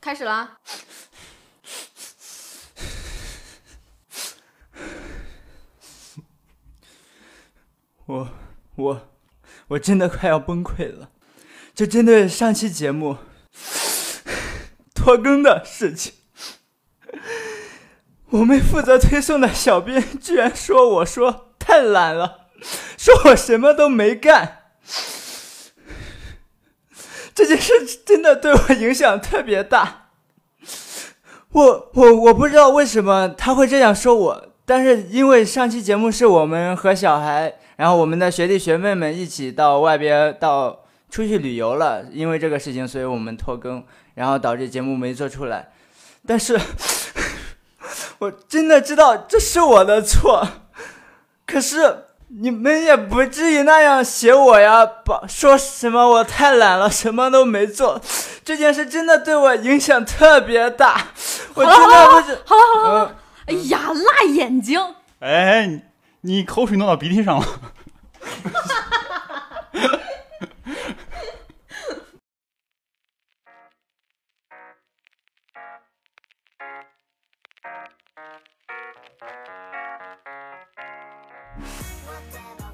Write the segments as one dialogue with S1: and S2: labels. S1: 开始啦！
S2: 我我我真的快要崩溃了，就针对上期节目拖更的事情，我们负责推送的小编居然说我说太懒了，说我什么都没干。这件事真的对我影响特别大，我我我不知道为什么他会这样说我，但是因为上期节目是我们和小孩然后我们的学弟学妹们一起到外边到出去旅游了，因为这个事情，所以我们拖更，然后导致节目没做出来。但是， 我真的知道这是我的错，可是你们也不至于那样写我呀，把说什么我太懒了，什么都没做，这件事真的对我影响特别大，我真的不知，
S1: 好了好了，
S2: 嗯、
S1: 哎呀，辣眼睛！
S3: 哎，你你口水弄到鼻涕上了。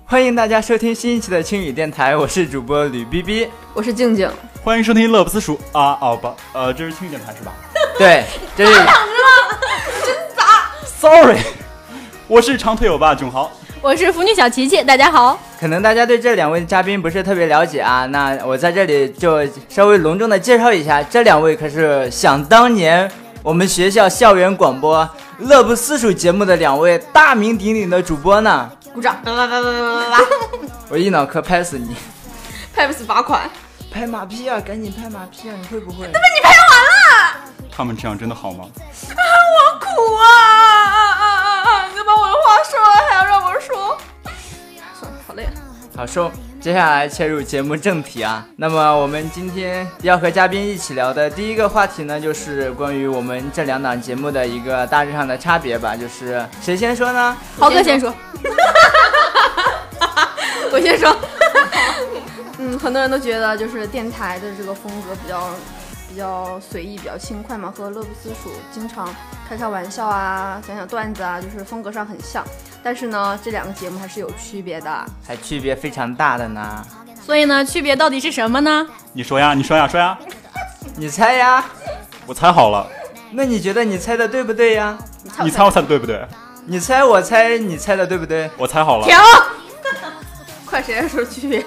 S2: 欢迎大家收听新一期的青语电台，我是主播吕逼逼，
S1: 我是静静，
S3: 欢迎收听乐不思蜀啊哦不，呃，这是听电台是吧
S2: 对，这是
S3: ？Sorry，我是长腿欧巴囧豪。
S1: 我是腐女小琪琪，大家好。
S2: 可能大家对这两位嘉宾不是特别了解啊，那我在这里就稍微隆重的介绍一下，这两位可是想当年我们学校校园广播《乐不思蜀》节目的两位大名鼎鼎的主播呢。
S1: 鼓掌！叭叭叭叭叭叭叭，
S2: 我一脑壳拍死你！
S1: 拍不死罚款。
S2: 拍马屁啊，赶紧拍马屁啊！你会不会？
S1: 你拍完了，
S3: 他们这样真的好吗？
S1: 啊，我苦啊啊啊啊啊！你把我的话说完，还要让我说，算了，好累啊。
S2: 好，说，接下来切入节目正题啊。那么我们今天要和嘉宾一起聊的第一个话题呢，就是关于我们这两档节目的一个大致上的差别吧。就是谁先说呢？
S1: 豪哥先说， 我先 说。嗯，很多人都觉得就是电台的这个风格比较比较随意、比较轻快嘛，和乐不思蜀经常开开玩笑啊、讲讲段子啊，就是风格上很像。但是呢，这两个节目还是有区别的。
S2: 还区别非常大的呢。
S4: 所以呢，区别到底是什么呢？
S3: 你说呀，你说呀，说呀，
S2: 你猜呀？
S3: 我猜好了，
S2: 那你觉得你猜的对不对呀？
S1: 你猜
S3: 你
S1: 我
S3: 猜我猜的对不对？
S2: 你猜我猜你猜的对不对？
S3: 我猜好了
S1: 停！快，谁来说区别？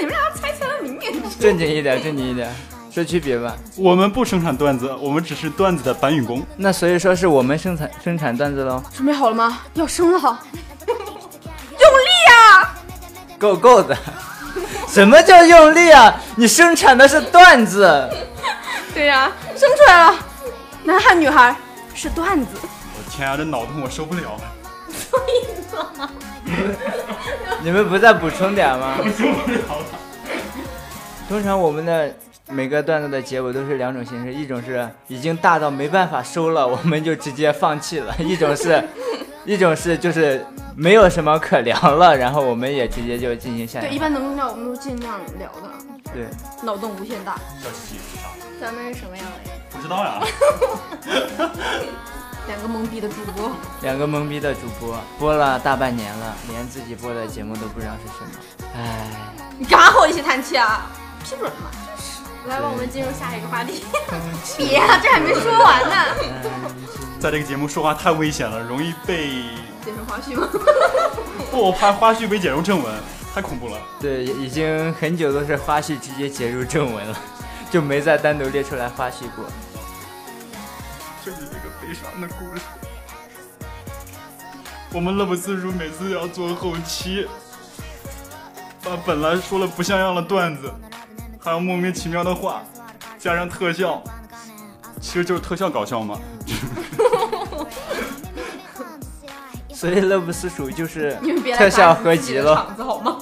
S1: 你们俩猜起来明明是
S2: 正经一点，正经一点，说区别吧。
S3: 我们不生产段子，我们只是段子的搬运工。
S2: 那所以说是我们生产生产段子喽，
S1: 准备好了吗？要生了， 用力啊呀、
S2: 够够的。 什么叫用力啊？你生产的是段子，
S1: 对呀、生出来了，男孩女孩是段子。
S3: 我天啊，这脑洞我受不了了。
S2: 你们不再补充点吗？通常我们的每个段子的结尾都是两种形式，一种是已经大到没办法收了，我们就直接放弃了； 一种是，一种是就是没有什么可聊了，然后我们也直接就进行下一
S1: 对，
S2: 个。
S1: 一般能聊我们都尽量聊的，
S2: 对，
S1: 脑洞无限大。
S3: 小琪琪是啥？
S1: 咱们是什么样的人？
S3: 不知 道呀。
S1: 两个懵逼的主播，
S2: 两个懵逼的主播播了大半年了，连自己播的节目都不知道是什么，唉。
S1: 你干嘛和我一起叹气啊？批准嘛，
S4: 来吧，我们进入下一个话题。
S1: 别啊，这还没说完呢。
S3: 在这个节目说话太危险了，容易被
S1: 剪成花絮吗？
S3: 不，我怕花絮被剪成正文，太恐怖了。
S2: 对，已经很久都是花絮直接截入正文了，就没再单独列出来花絮过。
S3: 这是一个悲伤的故事。我们乐不思蜀每次要做后期，把本来说了不像样的段子，还有莫名其妙的话，加上特效，其实就是特效搞笑嘛。
S2: 所以乐不思蜀就是
S1: 你们别来
S2: 特
S1: 打
S2: 效
S1: 击
S2: 合
S1: 自己
S2: 集
S1: 的
S2: 喽，
S1: 场子好吗？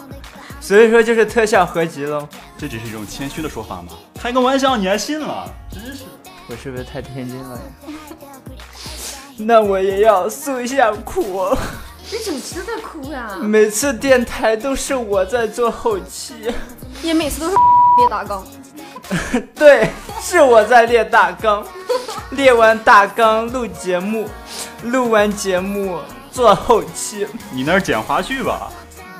S2: 所以说就是特效合集喽。
S3: 这只是一种谦虚的说法嘛，开个玩笑你还信了？真是。
S2: 我是不是太天真了 呀？那我也要诉一下苦哦，
S1: 你整期都在哭呀、
S2: 每次电台都是我在做后期，
S1: 也每次都是别打纲。
S2: 对，是我在列 大纲，列完大纲录节目，录完节目做后期，
S3: 你那是剪花絮吧？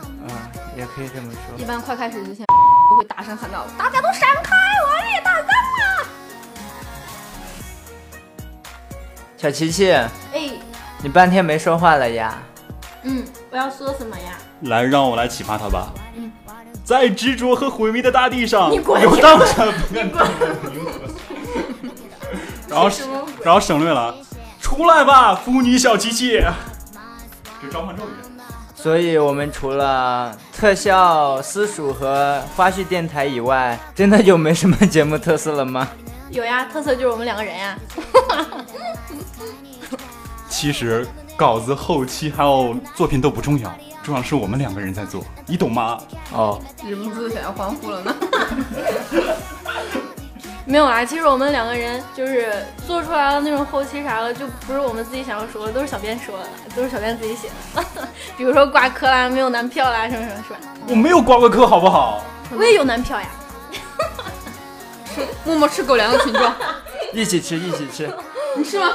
S2: 嗯，也可以这么
S1: 一
S2: 说。
S1: 般快开始之前，都会大声喊道：“大家都闪开，我列大纲了。
S2: 小琪琪，
S4: 哎，
S2: 你半天没说话了呀？
S4: 嗯，我要说什么呀？
S3: 来，让我来启发他吧。
S1: 嗯
S3: 在执着和毁灭的大地上，
S4: 你滚
S3: 游荡着，然后然后省略了，出来吧，妇女小琪琪。就召唤咒语，
S2: 所以我们除了特效私塾和花絮电台以外，真的就没什么节目特色了吗？
S4: 有呀，特色就是我们两个人呀。
S3: 其实稿子后期还有作品都不重要，重要是我们两个人在做，你懂吗？
S2: 哦，”
S1: 忍不住想要欢呼了呢。
S4: 没有啊，其实我们两个人就是做出来了那种后期啥的，就不是我们自己想要说的，都是小编说的，都是小编自己写的。 比如说挂科啦，没有男票啦，什么什么，是吧？
S3: 我没有挂过科，好不好？
S4: 我也有男票呀。
S1: 默默吃狗粮的群 众，
S2: 一起吃，一起吃。
S1: 你是吗？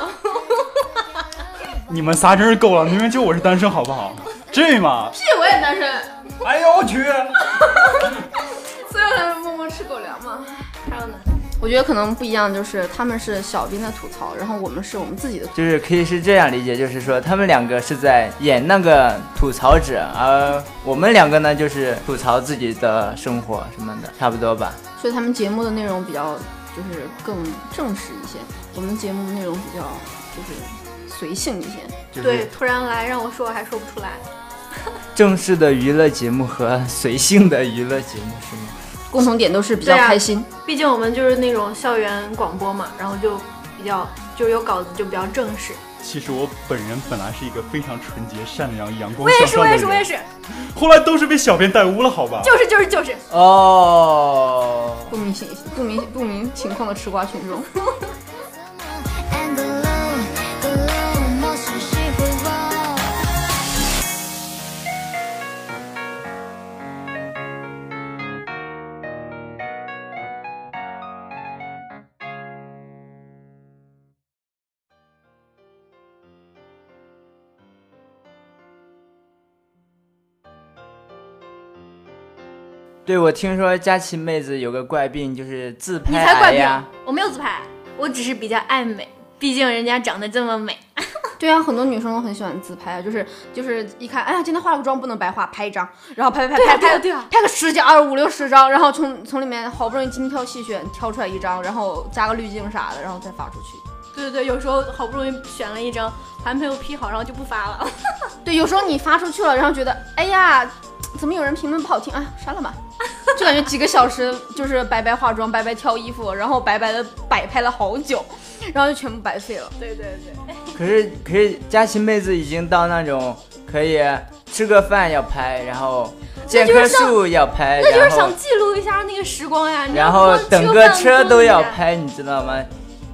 S3: 你们仨真是够了，明明就我是单身，好不好？这嘛，
S1: 屁，我也单身，
S3: 哎呦我去！
S1: 所以我才默默吃狗粮嘛。
S4: 还有呢？
S1: 我觉得可能不一样，就是他们是小编的吐槽，然后我们是我们自己的吐
S2: 就是可以是这样理解，就是说他们两个是在演那个吐槽者，而我们两个呢就是吐槽自己的生活什么的，差不多吧。
S1: 所以他们节目的内容比较就是更正式一些，我们节目内容比较就是随性一些。
S2: 嗯就是
S4: 对，突然来让我说，我还说不出来。
S2: 正式的娱乐节目和随性的娱乐节目是吗？
S1: 共同点都是比较
S4: 对啊
S1: 开心，
S4: 毕竟我们就是那种校园广播嘛，然后就比较就有稿子就比较正式。
S3: 其实我本人本来是一个非常纯洁、善良、阳光
S4: 我也
S3: 向
S4: 是，
S3: 上
S4: 我
S3: 的
S4: 也
S3: 人，
S4: 是，我也是，
S3: 后来都是被小编带污了，好吧？
S4: 就是就是就是。
S2: 哦，
S1: 不明 情不明不明情况的吃瓜群众。
S5: And the love, the love 模式是不忘。
S2: 对，我听说佳琪妹子有个怪病，就是自
S4: 你
S2: 拍
S4: 才怪
S2: 癌
S4: 病
S2: 呀。，
S4: 我没有自拍，我只是比较爱美，毕竟人家长得这么美。
S1: 对啊，很多女生都很喜欢自拍啊，就是就是一看，哎呀，今天化了个妆不能白化，拍一张，然后拍拍
S4: 对啊
S1: 拍拍拍
S4: 对啊对啊
S1: 拍个十几二五六十张，然后从从里面好不容易精挑细选挑出来一张，然后加个滤镜啥的，然后再发出去。
S4: 对对对，有时候好不容易选了一张，还没有 P 好，然后就不发了。
S1: 对，有时候你发出去了，然后觉得，哎呀，怎么有人评论不好听？哎呀，删了吧。就感觉几个小时就是白白化妆，白白挑衣服，然后白白的摆拍了好久，然后就全部白费了。
S4: 对对对，
S2: 可是可是佳琪妹子已经到那种可以吃个饭要拍，然后
S4: 那
S2: 见
S4: 就是
S2: 棵
S4: 像
S2: 树要拍，
S4: 那就是
S2: 然后
S4: 想记录一下那个时光呀。你要
S2: 然后
S4: 光
S2: 等
S4: 吃
S2: 个
S4: 饭
S2: 车都要
S4: 光呀，
S2: 拍，你知道吗？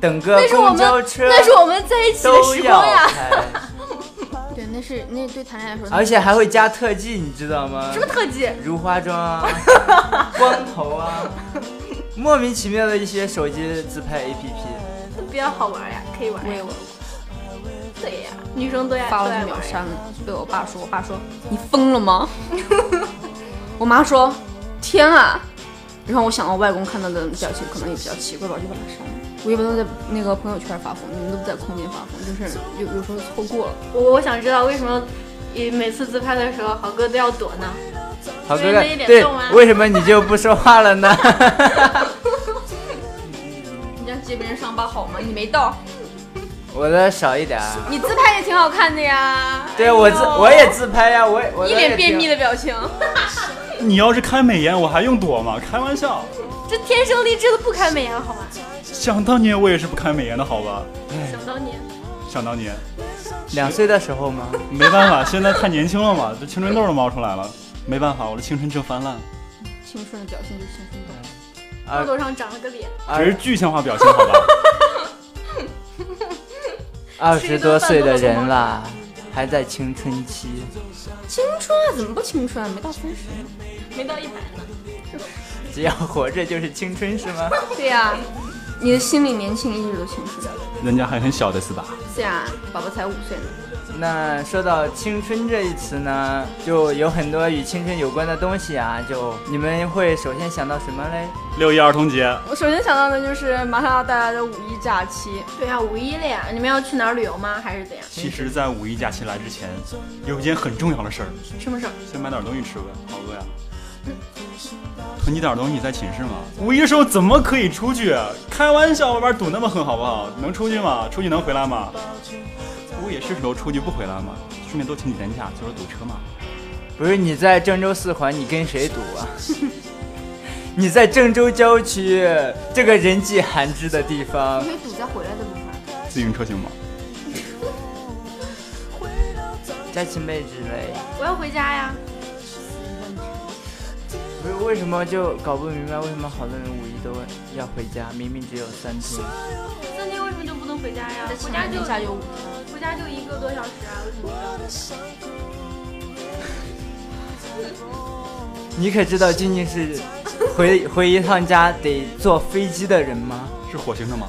S2: 等个
S4: 那是我
S2: 公
S4: 们
S2: 交车
S4: 那是我们在一起的
S2: 都
S4: 时
S2: 要
S4: 光呀。
S2: 拍，
S1: 对，那是那对谈恋爱来说，
S2: 而且还会加特技，你知道吗
S4: 什？么特技？
S2: 如花妆啊，光头啊，莫名其妙的一些手机自拍 APP。
S4: 比较好玩呀，可以玩呀。
S1: 我也玩
S4: 对呀，女生都爱
S1: 发
S4: 都
S1: 了
S4: 爱
S1: 就秒
S4: 玩呀
S1: 删了，被我爸说，我爸说你疯了吗？ 我妈说天啊！然后我想到外公看到的表情可能也比较奇怪吧，我就把它删了。我一般都在那个朋友圈发疯，你们都不在空间发疯，就是有有时候错过了。
S4: 我我想知道为什么，呃，每次自拍的时候，豪哥都要躲呢？
S2: 好
S4: 所
S2: 哥
S4: 以
S2: 哥
S4: 那一，脸
S2: 对
S4: 动啊，
S2: 为什么你就不说话了呢？
S1: 你这样揭别人伤疤好吗？你没到，
S2: 我的少一点啊。
S1: 你自拍也挺好看的呀，
S2: 对我自我也自拍呀，我也我
S1: 一脸便秘
S2: 的
S1: 的
S2: 也
S1: 表情。
S3: 你要是开美颜，我还用躲吗？开玩笑，
S4: 这天生丽质的不开美颜好吗？
S3: 想当年我也是不开美颜的，好吧？
S4: 想当年，
S3: 想当年，
S2: 挺两岁的时候吗？
S3: 没办法，现在太年轻了嘛， 这青春痘都冒出来了，没办法，我的青春正泛滥，
S1: 青春的表情就是青春痘。
S2: 啊
S4: 痘痘上长了个脸，
S3: 只是
S2: 二
S3: 具象化表情，好吧？
S2: 二十多岁的人了，还在青春期。
S1: 青春啊，怎么不青春啊？没到三十。
S4: 没到一百呢。
S2: 姐只要活着就是青春，是吗？
S1: 对呀、你的心里年轻，一直都青春。
S3: 人家还很小的是吧？
S1: 是
S4: 啊
S1: 呀、宝宝才五岁呢。
S2: 那说到青春这一词呢，就有很多与青春有关的东西啊。就你们会首先想到什么嘞？
S3: 六一儿童节，
S1: 我首先想到的就是马上要到来的五一假 期，
S4: 对呀、五一了呀，你们要去哪儿旅游吗？还是怎样？
S3: 其实，在五一假期来之前，有一件很重要的事儿，
S4: 什么时候？
S3: 先买点东西吃呗，好饿呀。囤积点东西在寝室嘛。五一的时候怎么可以出去？开玩笑，外边堵那么狠，好不好？能出去吗？出去能回来吗？不也是时候出去不回来吗？顺便多请几天假，就是堵车嘛。
S2: 不是你在郑州四环，你跟谁赌啊？ 你在郑州郊区这个人迹罕至的地方
S1: 因，为堵在回来的路上。
S3: 自行车行吗？
S2: 佳琪妹之类，
S4: 我要回家呀。
S2: 不是为什么就搞不明白为什么好多人五一都要回家，明明只有三天。
S4: 三天为什么就不能回家呀？回
S1: 家
S4: 家就
S1: 就下有五天，
S4: 回家就一个多小时啊？为什么不要？
S2: 你可知道静静是回回一趟家得坐飞机的人吗？
S3: 是火星的吗？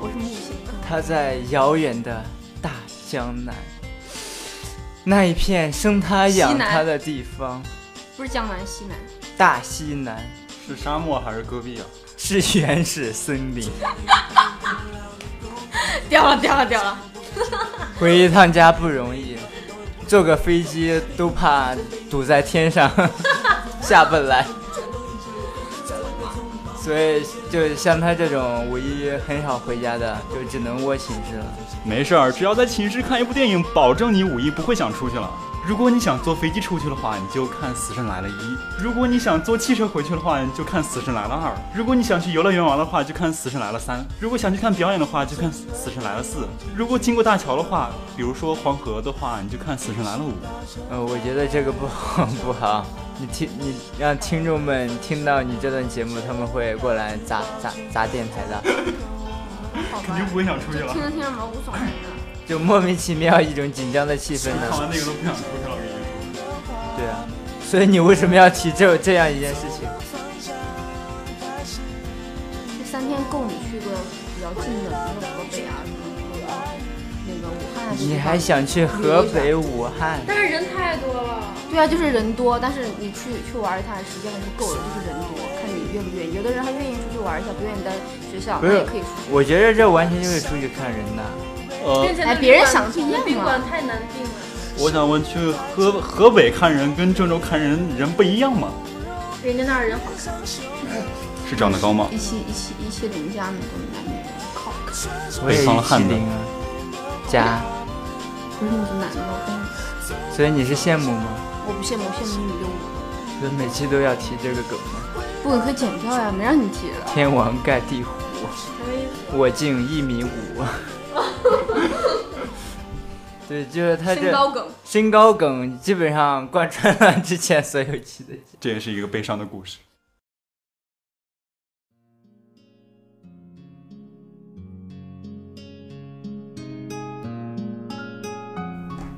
S1: 我是木星的。
S2: 她在遥远的大江南，那一片生她养
S1: 西南
S2: 她的地方，
S1: 不是江南西南，
S2: 大西南
S3: 是沙漠还是戈壁啊？
S2: 是原始森林。
S1: 掉了掉了掉了。
S2: 回一趟家不容易，坐个飞机都怕堵在天上， 下不来。所以，就像她这种五一很少回家的，就只能窝寝室了。
S3: 没事儿，只要在寝室看一部电影，保证你五一不会想出去了。如果你想坐飞机出去的话，你就看《死神来了一》；如果你想坐汽车回去的话，你就看《死神来了二》；如果你想去游乐园玩的话，就看《死神来了三》；如果想去看表演的话，就看《死神来了四》；如果经过大桥的话，比如说黄河的话，你就看《死神来了五》。
S2: 呃，我觉得这个不好不好。你听，你让听众们听到你这段节目，他们会过来砸砸砸电台的，
S1: 好吧
S3: 肯定不会想出去了
S1: 听着听着毛骨悚然啊的。
S2: 就莫名其妙一种紧张的气氛
S3: 看
S2: 呢。
S3: 完那个都不想出去了，我跟你说。
S2: 对啊，所以你为什么要提这这样一件事情？
S1: 这三天够你去个比较近的，比如说河北啊什么的，那个武汉啊。
S2: 你还？想去河北、武汉？
S4: 但是人太多了。
S1: 对啊，就是人多，但是你去去玩一趟时间还是够的，就是人多，看你愿不愿意。有的人还愿意出去玩一下，不愿意待学校，
S2: 不
S1: 那
S2: 是
S1: 也可以出去。
S2: 我觉得这完全就是出去看人的。
S3: 呃
S4: 并且
S1: 哎
S4: 那
S1: 别人
S4: 旅馆
S1: 想的不一样啊
S4: 旅馆太难订了，
S3: 我想问，去河河北看人跟郑州看人人不一样吗？
S4: 人家那儿人好看。
S3: 是长得高吗？
S1: 一七一七一七零加那种男女，靠，
S2: 我也
S3: 北
S2: 一
S3: 方汉
S2: 七
S3: 子
S2: 零啊，家，
S1: 不是那种男的，嗯
S2: 所以你是羡慕吗？
S1: 我不羡慕，我羡慕你有我。
S2: 所以每期都要提这个梗吗？
S1: 不，你可以剪掉呀，没让你提了。
S2: 天王盖地虎，
S4: 什么意思？
S2: 我竟一米五。 对，就是他这
S1: 梗，
S2: 身高梗基本上贯穿了之前所有期的。
S3: 这也是一个悲伤的故事。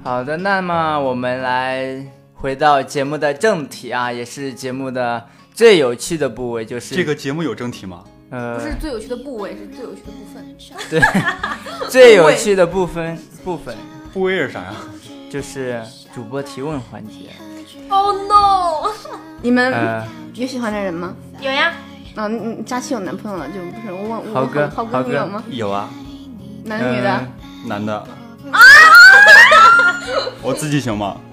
S2: 好的，那么我们来回到节目的正题啊，也是节目的最有趣的部位，就是
S3: 这个节目有正题吗？
S2: 呃
S1: 不是最有趣的部位，是最有趣的部分。
S2: 对最有趣的部分部分
S3: 不威尔啥呀？
S2: 就是主播提问环节。
S1: 你们
S2: 呃，
S1: 有喜欢的人吗？
S4: 有呀，
S1: 啊，你你佳琪有男朋友了，就不是我问我
S2: 豪哥
S1: 豪
S2: 豪
S1: 哥
S2: 哥呃
S1: 你有吗？
S3: 有啊，
S1: 男的女的？
S3: 男的。 我自己行吗？
S2: 嗯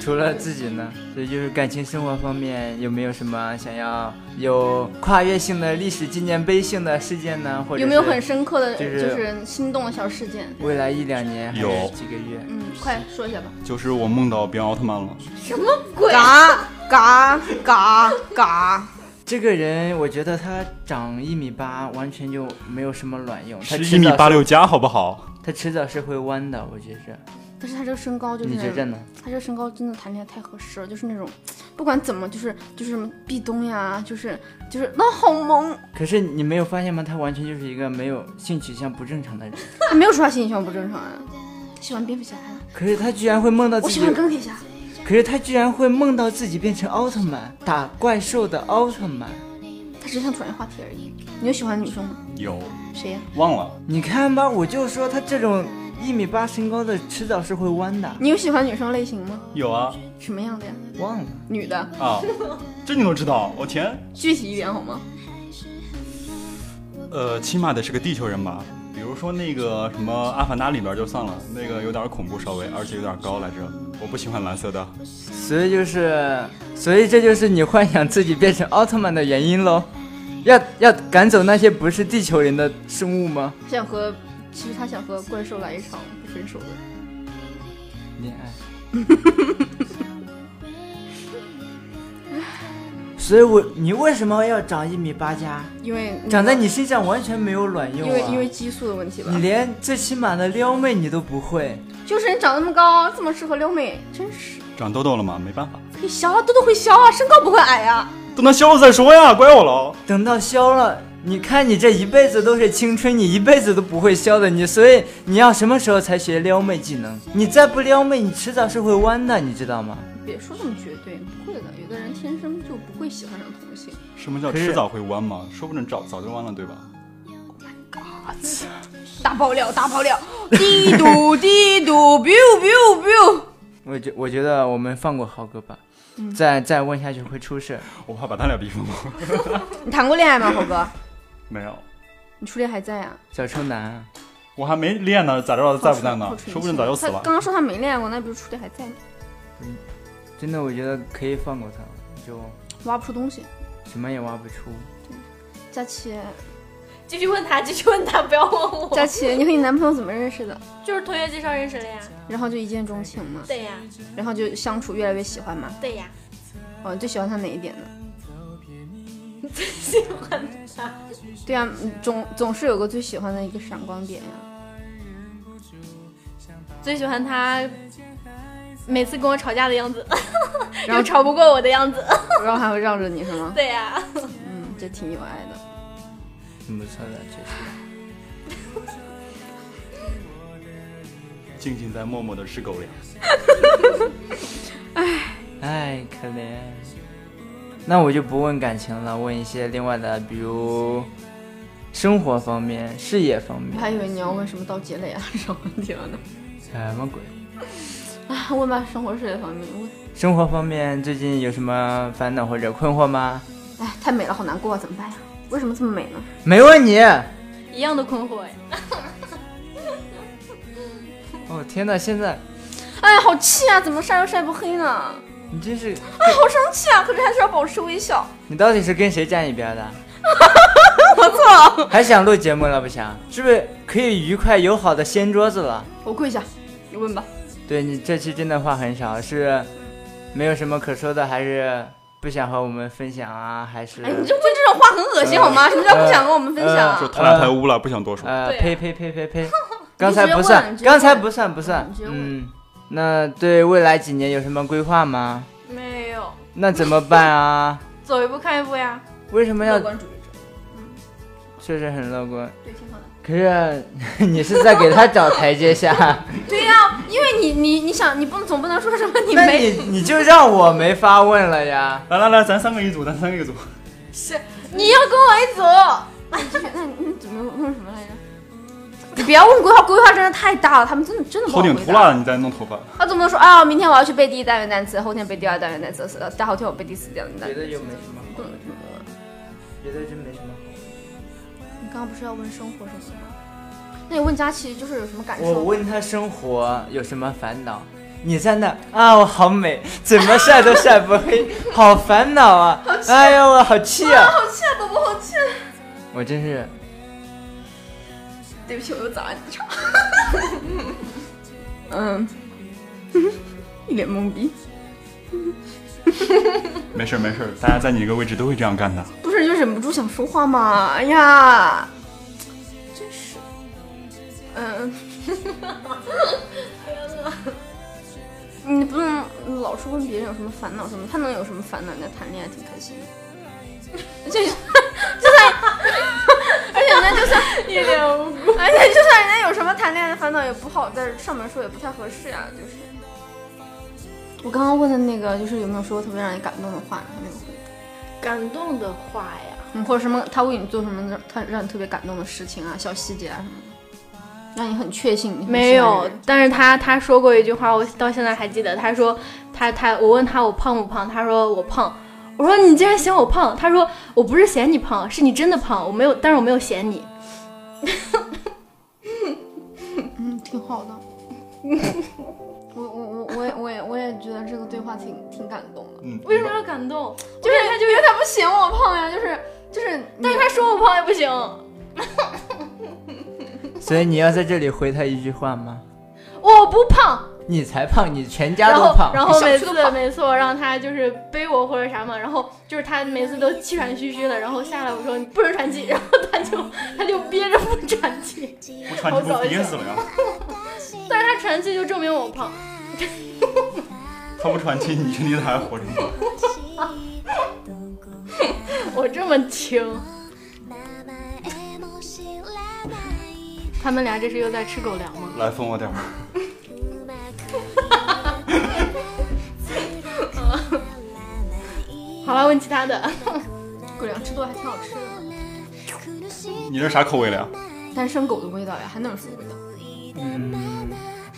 S2: 除了自己呢，所以就是感情生活方面有没有什么想要有跨越性的历史纪念碑性的事件呢？或者
S1: 有没有
S2: 是
S1: 很深刻的
S2: 就
S1: 就是是心动的小事件？
S2: 未来一两年还是
S3: 有
S2: 几个月？
S1: 嗯，快说一下吧。
S3: 就是我梦到变奥特曼了。
S1: 嘎嘎嘎嘎！
S2: 这个人，我觉得他长一米八，完全就没有什么卵用。他
S3: 是
S2: 迟
S3: 一米
S2: 早
S3: 八，六加，好不好？
S2: 他迟早是会弯的，我觉着。
S1: 但是他这个身高就是
S2: 你觉着呢？
S1: 他这个身高真的谈恋爱太合适了，就是那种不管怎么就是就是什么壁咚呀，就是就是那好萌，
S2: 可是你没有发现吗？他完全就是一个没有性取向不正常的人。
S1: 他没有说他心理学不正常啊。喜欢蝙蝠侠呀，
S2: 可是他居然会梦到
S1: 我
S2: 自
S1: 喜
S2: 己
S1: 欢钢铁侠，
S2: 可是他居然会梦到自己变成奥特曼，打怪兽的奥特曼。
S1: 他只是想转移话题而已。你有喜欢的女生吗？
S3: 有
S1: 谁呀、
S3: 忘了，
S2: 你看吧，我就说他这种一米八身高的，迟早是会弯的。
S1: 你有喜欢女生类型吗？
S3: 有啊
S1: 什么样的呀？
S2: 忘了，
S1: 女的，
S3: 啊，这你都知道？我天，
S1: 具体一点好吗？
S3: 呃，起码得是个地球人吧？比如说那个什么《阿凡达》里边就算了，那个有点恐怖稍微，而且有点高来着，我不喜欢蓝色的。
S2: 所以就是，所以这就是你幻想自己变成奥特曼的原因喽。要要赶走那些不是地球人的生物吗？
S1: 他想和，其实他想和怪兽来一场不分手的。
S2: 恋爱。 所以我，你为什么要长一米八加？
S1: 因为
S2: 长在你身上完全没有卵用、
S1: 因
S2: 啊、
S1: 为因为激素的问题吧
S2: 你，连最起码的撩妹你都不会，
S1: 就是你长那么高，这么适合撩妹，真是
S3: 长痘痘了吗？没办法，
S1: 可以消啊，痘痘会消啊，身高不会矮啊。
S3: 等它消了再说呀，怪我了。
S2: 等到消了，你看你这一辈子都是青春，你一辈子都不会消的，你所以你要什么时候才学撩妹技能？你再不撩妹，你迟早是会弯的，你知道吗？
S1: 别说那么绝对，不会的，有的人天生就不会喜欢上同性。
S3: 什么叫
S2: 可是
S3: 迟早会弯嘛？说不准早早就弯了，对吧？
S1: 大爆料，大爆料，滴嘟滴嘟，biu biu biu。
S2: 我觉我觉得我们放过豪哥吧，再再问下去会出事。
S3: 我怕把他俩逼疯了。
S1: 你谈过恋爱吗，猴哥？
S3: 没有，
S1: 你初恋还在呀、
S2: 小臭男啊，
S3: 我还没练呢，咋知道在不在呢
S1: 好？蠢
S3: 说不定早就死
S1: 他
S3: 了。
S1: 刚刚说他没恋爱过，那不是初恋还在吗？
S2: 真的我觉得可以放过他，就
S1: 挖不出东西。
S2: 什么也挖不出。
S1: 佳琪，
S4: 继续问他，继续问他，不要问我。
S1: 佳琪，你和你男朋友怎么认识的？
S4: 就是同学介绍认识的呀。
S1: 然后就一见钟情嘛，
S4: 对呀，
S1: 然后就相处越来越喜欢嘛。
S4: 对呀，
S1: 哦，你最喜欢他哪一点呢？
S4: 最喜欢他。
S1: 对啊，嗯总总是有个最喜欢的一个闪光点 呀、
S4: 最喜欢他每次跟我吵架的样子，
S1: 然
S4: 然
S1: 后
S4: 后吵不过我的样子。
S1: 然后还会让着你是吗？
S4: 对呀，
S1: 嗯，这挺有爱的。
S2: 挺不错的，确实。
S3: 静静在默默的吃狗粮。
S1: 啊
S2: 哎，可怜。那我就不问感情了，问一些另外的，比如生活方面、事业方
S1: 我
S2: 面。
S1: 还以为你要问什么刀结磊啊 这种问题了呢。
S2: 什么鬼？
S1: 啊，问吧，生活事业方面问。
S2: 生活方面最近有什么烦恼或者困惑吗？
S1: 哎，太美了，好难过啊，怎么办呀？为什么这么美呢？
S2: 没问你。
S4: 一样的困惑哎。
S2: 哦天哪，现在
S1: 哎呀，好气啊！怎么晒又晒不黑呢？
S2: 你真是，
S1: 哎，好生气啊！可是还是要保持微笑。
S2: 你到底是跟谁站一边的？ 我错，还想录节目了不想？是不是可以愉快友好的掀桌子了？
S1: 我跪下，你问吧。
S2: 对你这期真的话很少，是没有什么可说的，还是不想和我们分享啊？还是
S1: 哎，你就问这种话很恶心好吗？什么叫不想跟我们分享
S2: 呃
S3: 就
S1: 啊？
S3: 他俩太污了，不想多说。
S2: 呃，
S4: 对啊
S2: 呸呸呸呸 呸，刚才不算
S1: 你直，接问
S2: 刚才不算不算
S1: 你直接，问
S2: 嗯，那对未来几年有什么规划吗？
S4: 没有，
S2: 那怎么办啊？
S4: 走一步看一步呀。
S2: 为什么要
S1: 乐观主义者，
S2: 确实很乐观？
S1: 对，挺好的。
S2: 可是 你是在给他找台阶下，
S1: 对呀、因为你你你想，你不能总不能说什么 你
S2: 呃那
S1: 没
S2: 你你就让我没发问了呀。
S3: 来来来，咱三个一组，咱三个 一组。
S4: 你要跟我一组，
S1: 那你怎么问什么来着？你不要问规划，规划真的太大了，他们真的真的不
S3: 头
S1: 好
S3: 顶
S1: 回
S3: 秃
S1: 答。
S3: 了，你再弄头发。
S1: 他总不能说啊，明天我要去背第一单元单词，后天背第二单元单词，大后天我背第四单元单
S2: 别
S1: 词。
S2: 的又没什么好，
S1: 嗯
S2: 别的真没什么好。
S1: 你刚刚不是要问生活什么的吗？那你问佳琪就是有什么感
S2: 我
S1: 受？
S2: 问他生活有什么烦恼，你在那啊，我好美，怎么晒都晒不黑，好烦恼啊！哎呀，我好气啊！
S1: 好气啊，宝宝好气啊！
S2: 我真是，
S1: 对不起，我又砸你了。嗯，一脸懵逼。
S3: 没事儿没事儿，大家在你这个位置都会这样干的。
S1: 不是就忍不住想说话嘛？哎呀，真是，嗯，你不能老是问别人有什么烦恼什么，他能有什么烦恼？人家谈恋爱挺开心的，就就算，而且人家就算
S4: 一脸无辜。
S1: 而且哎就算人家有什么谈恋爱的烦恼，也不好在上面说，也不太合适啊。就是，我刚刚问的那个就是有没有说过特别让你感动的话，没有回答。
S4: 感动的话呀，
S1: 嗯，或者什么他为你做什么让他让你特别感动的事情啊，小细节啊什么的，让你很确信你很喜欢
S4: 没
S1: 这个
S4: 有
S1: 人。
S4: 但是他他说过一句话，我到现在还记得。他说他他我问他我胖不胖，他说我胖。我说你竟然嫌我胖？他说我不是嫌你胖，是你真的胖。我没有，但是我没有嫌你。
S1: 嗯，挺好的。 我我我我也我也我也觉得这个对话挺挺感动的，
S3: 嗯，
S4: 为什么要感动？
S1: 就是他就是他不嫌我胖呀，就是就是，
S4: 但是他说我胖也不行。
S2: 所以你要在这里回他一句话吗？
S4: 我不胖，
S2: 你才胖，你全家
S4: 然
S2: 都
S4: 后
S2: 胖。
S4: 然后
S1: 你
S4: 每
S1: 小区都
S4: 次
S1: 胖
S4: 每次我让他就是背我或者啥嘛，然后就是他每次都气喘吁吁的，然后下来我说你不准喘气，然后他就他就憋着不喘气，
S3: 不穿你不憋死了呀？
S4: 但是他喘气就证明我胖。
S3: 他不喘气，你确定他还活着吗？
S4: 我这么轻，他们俩这是又在吃狗粮吗？
S3: 来分我点儿。
S4: 好了，问其他的。
S1: 狗粮吃多还挺好吃的，
S3: 你这啥口味了呀？
S1: 单身狗的味道呀，还能有什么味道？
S2: 嗯，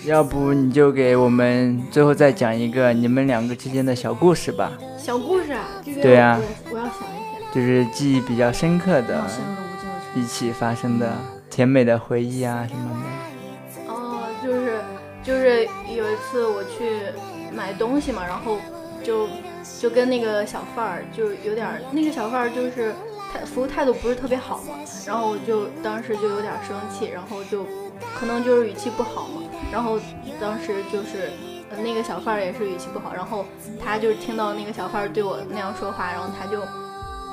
S2: 要不你就给我们最后再讲一个你们两个之间的小故事吧，
S4: 小故事啊，这个
S2: 对啊
S4: 我我要想一下。
S2: 就是记忆比较深刻的
S1: 陌，生的无尽的城市
S2: 一起发生的甜美的回忆啊什么的。
S4: 哦，就是就是有一次我去买东西嘛，然后就就跟那个小贩儿就有点儿，那个小贩儿就是态服务态度不是特别好嘛，然后我就当时就有点儿生气，然后就可能就是语气不好嘛，然后当时就是。呃那个小贩儿也是语气不好，然后他就听到那个小贩儿对我那样说话，然后他就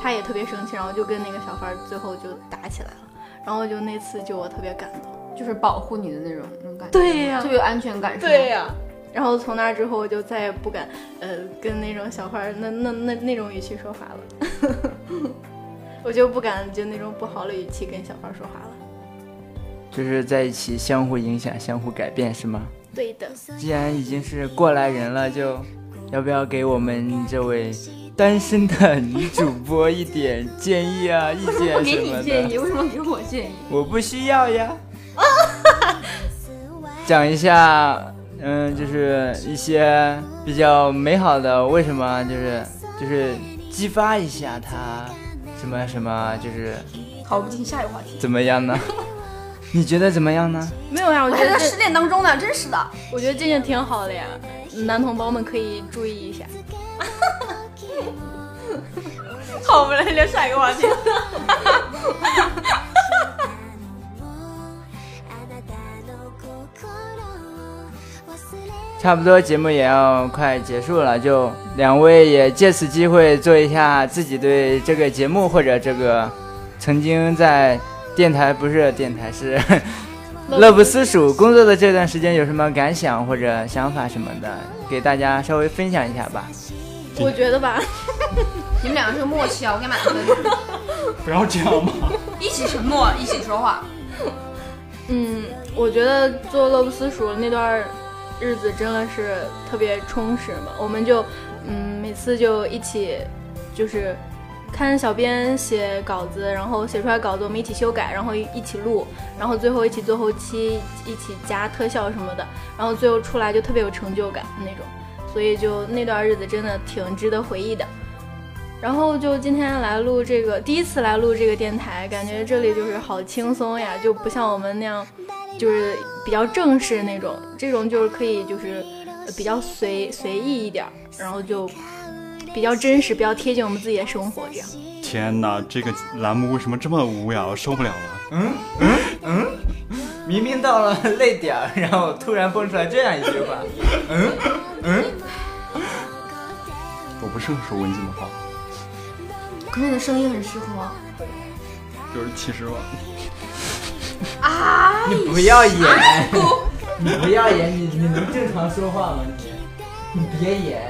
S4: 他也特别生气，然后就跟那个小贩儿最后就打起来了，然后就那次就我特别感动。
S1: 就是保护你的那种那种感觉，
S4: 对呀
S1: 特别有安全感，是吗
S4: 对呀、然后从那之后，我就再也不敢，呃，跟那种小孩儿那那那那种语气说话了， 我就不敢就那种不好的语气跟小孩儿说话了。
S2: 就是在一起相互影响、相互改变，是吗？
S4: 对的，
S2: 既然已经是过来人了，就要不要给我们这位单身的女主播一点建议啊、意见什么的？，
S1: 为什么给我建议？
S2: 我不需要呀。
S1: 哦
S2: 讲一下，嗯，就是一些比较美好的，为什么就是就是激发一下他什么什么，就是
S1: 好，我们进行下一个话题。
S2: 怎么样呢？你觉得怎么样呢？
S4: 没有呀、我
S1: 我
S4: 觉
S1: 还
S4: 得
S1: 在失
S4: 这
S1: 恋当中呢，真是的。
S4: 我觉得这件挺好的呀，男同胞们可以注意一下。
S1: 好，我们来聊下一个话题。
S2: 差不多节目也要快结束了，就两位也借此机会做一下自己对这个节目或者这个曾经在电台不是电台是 乐不思蜀工作的这段时间有什么感想或者想法什么的，给大家稍微分享一下吧。
S4: 我觉得吧，
S1: 你们两个是个默契啊，我给满分。
S3: 不要这样嘛！
S1: 一起沉默，一起说话。
S4: 嗯，我觉得做乐不思蜀那段日子真的是特别充实嘛。我们就，嗯，每次就一起，就是看小编写稿子，然后写出来稿子我们一起修改，然后一一起录，然后最后一起做后期，一起加特效什么的，然后最后出来就特别有成就感那种。所以就那段日子真的挺值得回忆的。然后就今天来录这个，第一次来录这个电台，感觉这里就是好轻松呀，就不像我们那样，就是比较正式那种，这种就是可以就是呃比较随随意一点儿，然后就比较真实，比较贴近我们自己的生活这样。
S3: 天哪，这个栏目为什么这么无聊？我受不了了！
S2: 明明到了 泪点儿，然后突然蹦出来这样一句话，
S3: 我不适合说温馨的话，
S1: 可是你的声音很适合啊。
S3: 就是其实吧，
S2: 你不要演，你不要演，你你能正常说话吗？你你别演，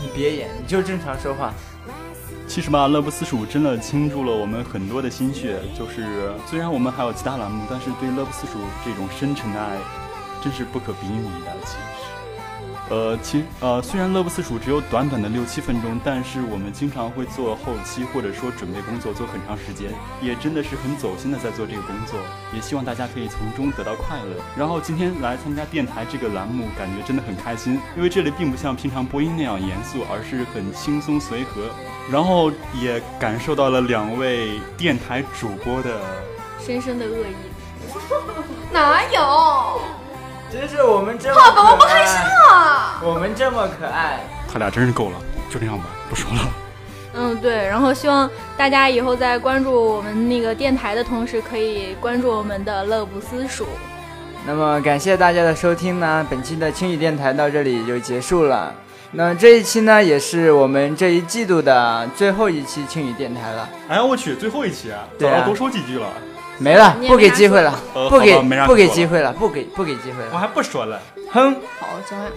S2: 你别演，你就正常说话。
S3: 其实吧，乐不思蜀真的倾注了我们很多的心血。就是虽然我们还有其他栏目，但是对乐不思蜀这种深沉的爱，真是不可比拟的。其实，呃，其呃虽然乐不思蜀只有短短的六七分钟，但是我们经常会做后期或者说准备工作做很长时间，也真的是很走心的在做这个工作，也希望大家可以从中得到快乐。然后今天来参加电台这个栏目，感觉真的很开心，因为这里并不像平常播音那样严肃，而是很轻松随和。然后也感受到了两位电台主播的
S4: 深深的恶意。
S1: 哪有？
S2: 真是我们这么好，
S1: 宝宝不开心了。
S2: 我们这么可爱，
S3: 他俩真是够了，就这样吧，不说了。
S4: 嗯，对，然后希望大家以后在关注我们那个电台的同时，可以关注我们的乐不思蜀。
S2: 那么感谢大家的收听呢，本期的青语电台到这里就结束了。那这一期呢，也是我们这一季度的最后一期青语电台了，
S3: 哎呀，我去，最后一期啊，
S2: 对
S3: 早
S2: 啊
S3: 上多说几句了，
S2: 没了，
S4: 你也
S2: 不
S4: 没
S2: 给
S4: 啥
S2: 机
S4: 说
S2: 会
S4: 的
S2: 了，
S3: 呃
S2: 不
S3: 好
S2: 给
S3: 吧没啥
S2: 不
S3: 说
S2: 给
S3: 了
S2: 机会了，不给不给机会
S3: 我
S2: 了，
S3: 还不说了，
S2: 哼。
S1: 好，讲讲。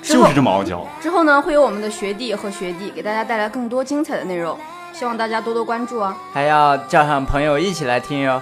S1: 之
S3: 就
S1: 后
S3: 是这么傲娇。
S1: 之后呢，会有我们的学弟和学弟给大家带来更多精彩的内容，希望大家多多关注啊。
S2: 还要叫上朋友一起来听哟。